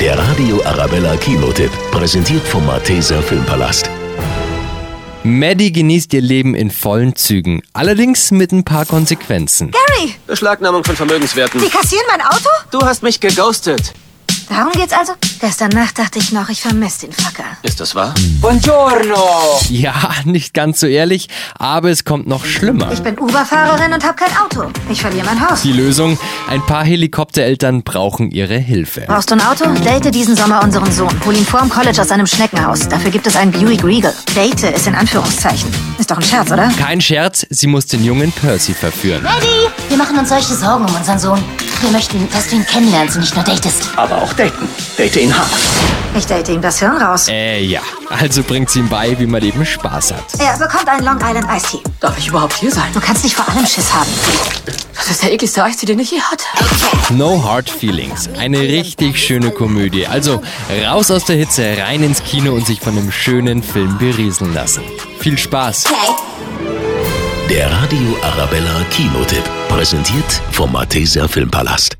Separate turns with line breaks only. Der Radio Arabella Kinotipp, präsentiert vom Malteser Filmpalast.
Maddie genießt ihr Leben in vollen Zügen, allerdings mit ein paar Konsequenzen.
Gary,
Beschlagnahmung von Vermögenswerten.
die kassieren mein Auto?
Du hast mich geghostet.
Darum geht's also? Gestern Nacht dachte ich noch, ich vermisse den Facker.
Ist das wahr?
Buongiorno!
Ja, nicht ganz so ehrlich, aber es kommt noch schlimmer.
Ich bin Uber-Fahrerin und habe kein Auto. Ich verliere mein Haus.
Die Lösung, ein paar Helikoptereltern brauchen ihre Hilfe.
Brauchst du ein Auto? Date diesen Sommer unseren Sohn. Hol ihn vorm College aus seinem Schneckenhaus. Dafür gibt es einen Buick Regal. Date ist in Anführungszeichen. Ist doch ein Scherz, oder?
Kein Scherz, sie muss den jungen Percy verführen.
Wir machen uns solche Sorgen um unseren Sohn. Wir möchten, dass du ihn kennenlernst und nicht nur datest.
Aber auch daten. Date ihn hart.
Ich date ihm das Hirn raus.
Äh ja, also bringt sie ihm bei, wie man eben Spaß hat.
Er bekommt einen Long Island Ice Tea.
Darf ich überhaupt hier sein?
Du kannst nicht vor allem Schiss haben.
Das ist der ekligste Eistee, den ich je hatte.
No Hard Feelings, eine richtig schöne Komödie. Also raus aus der Hitze, rein ins Kino und sich von einem schönen Film berieseln lassen. Viel Spaß!
Der Radio Arabella Kinotipp, präsentiert vom Malteser Filmpalast.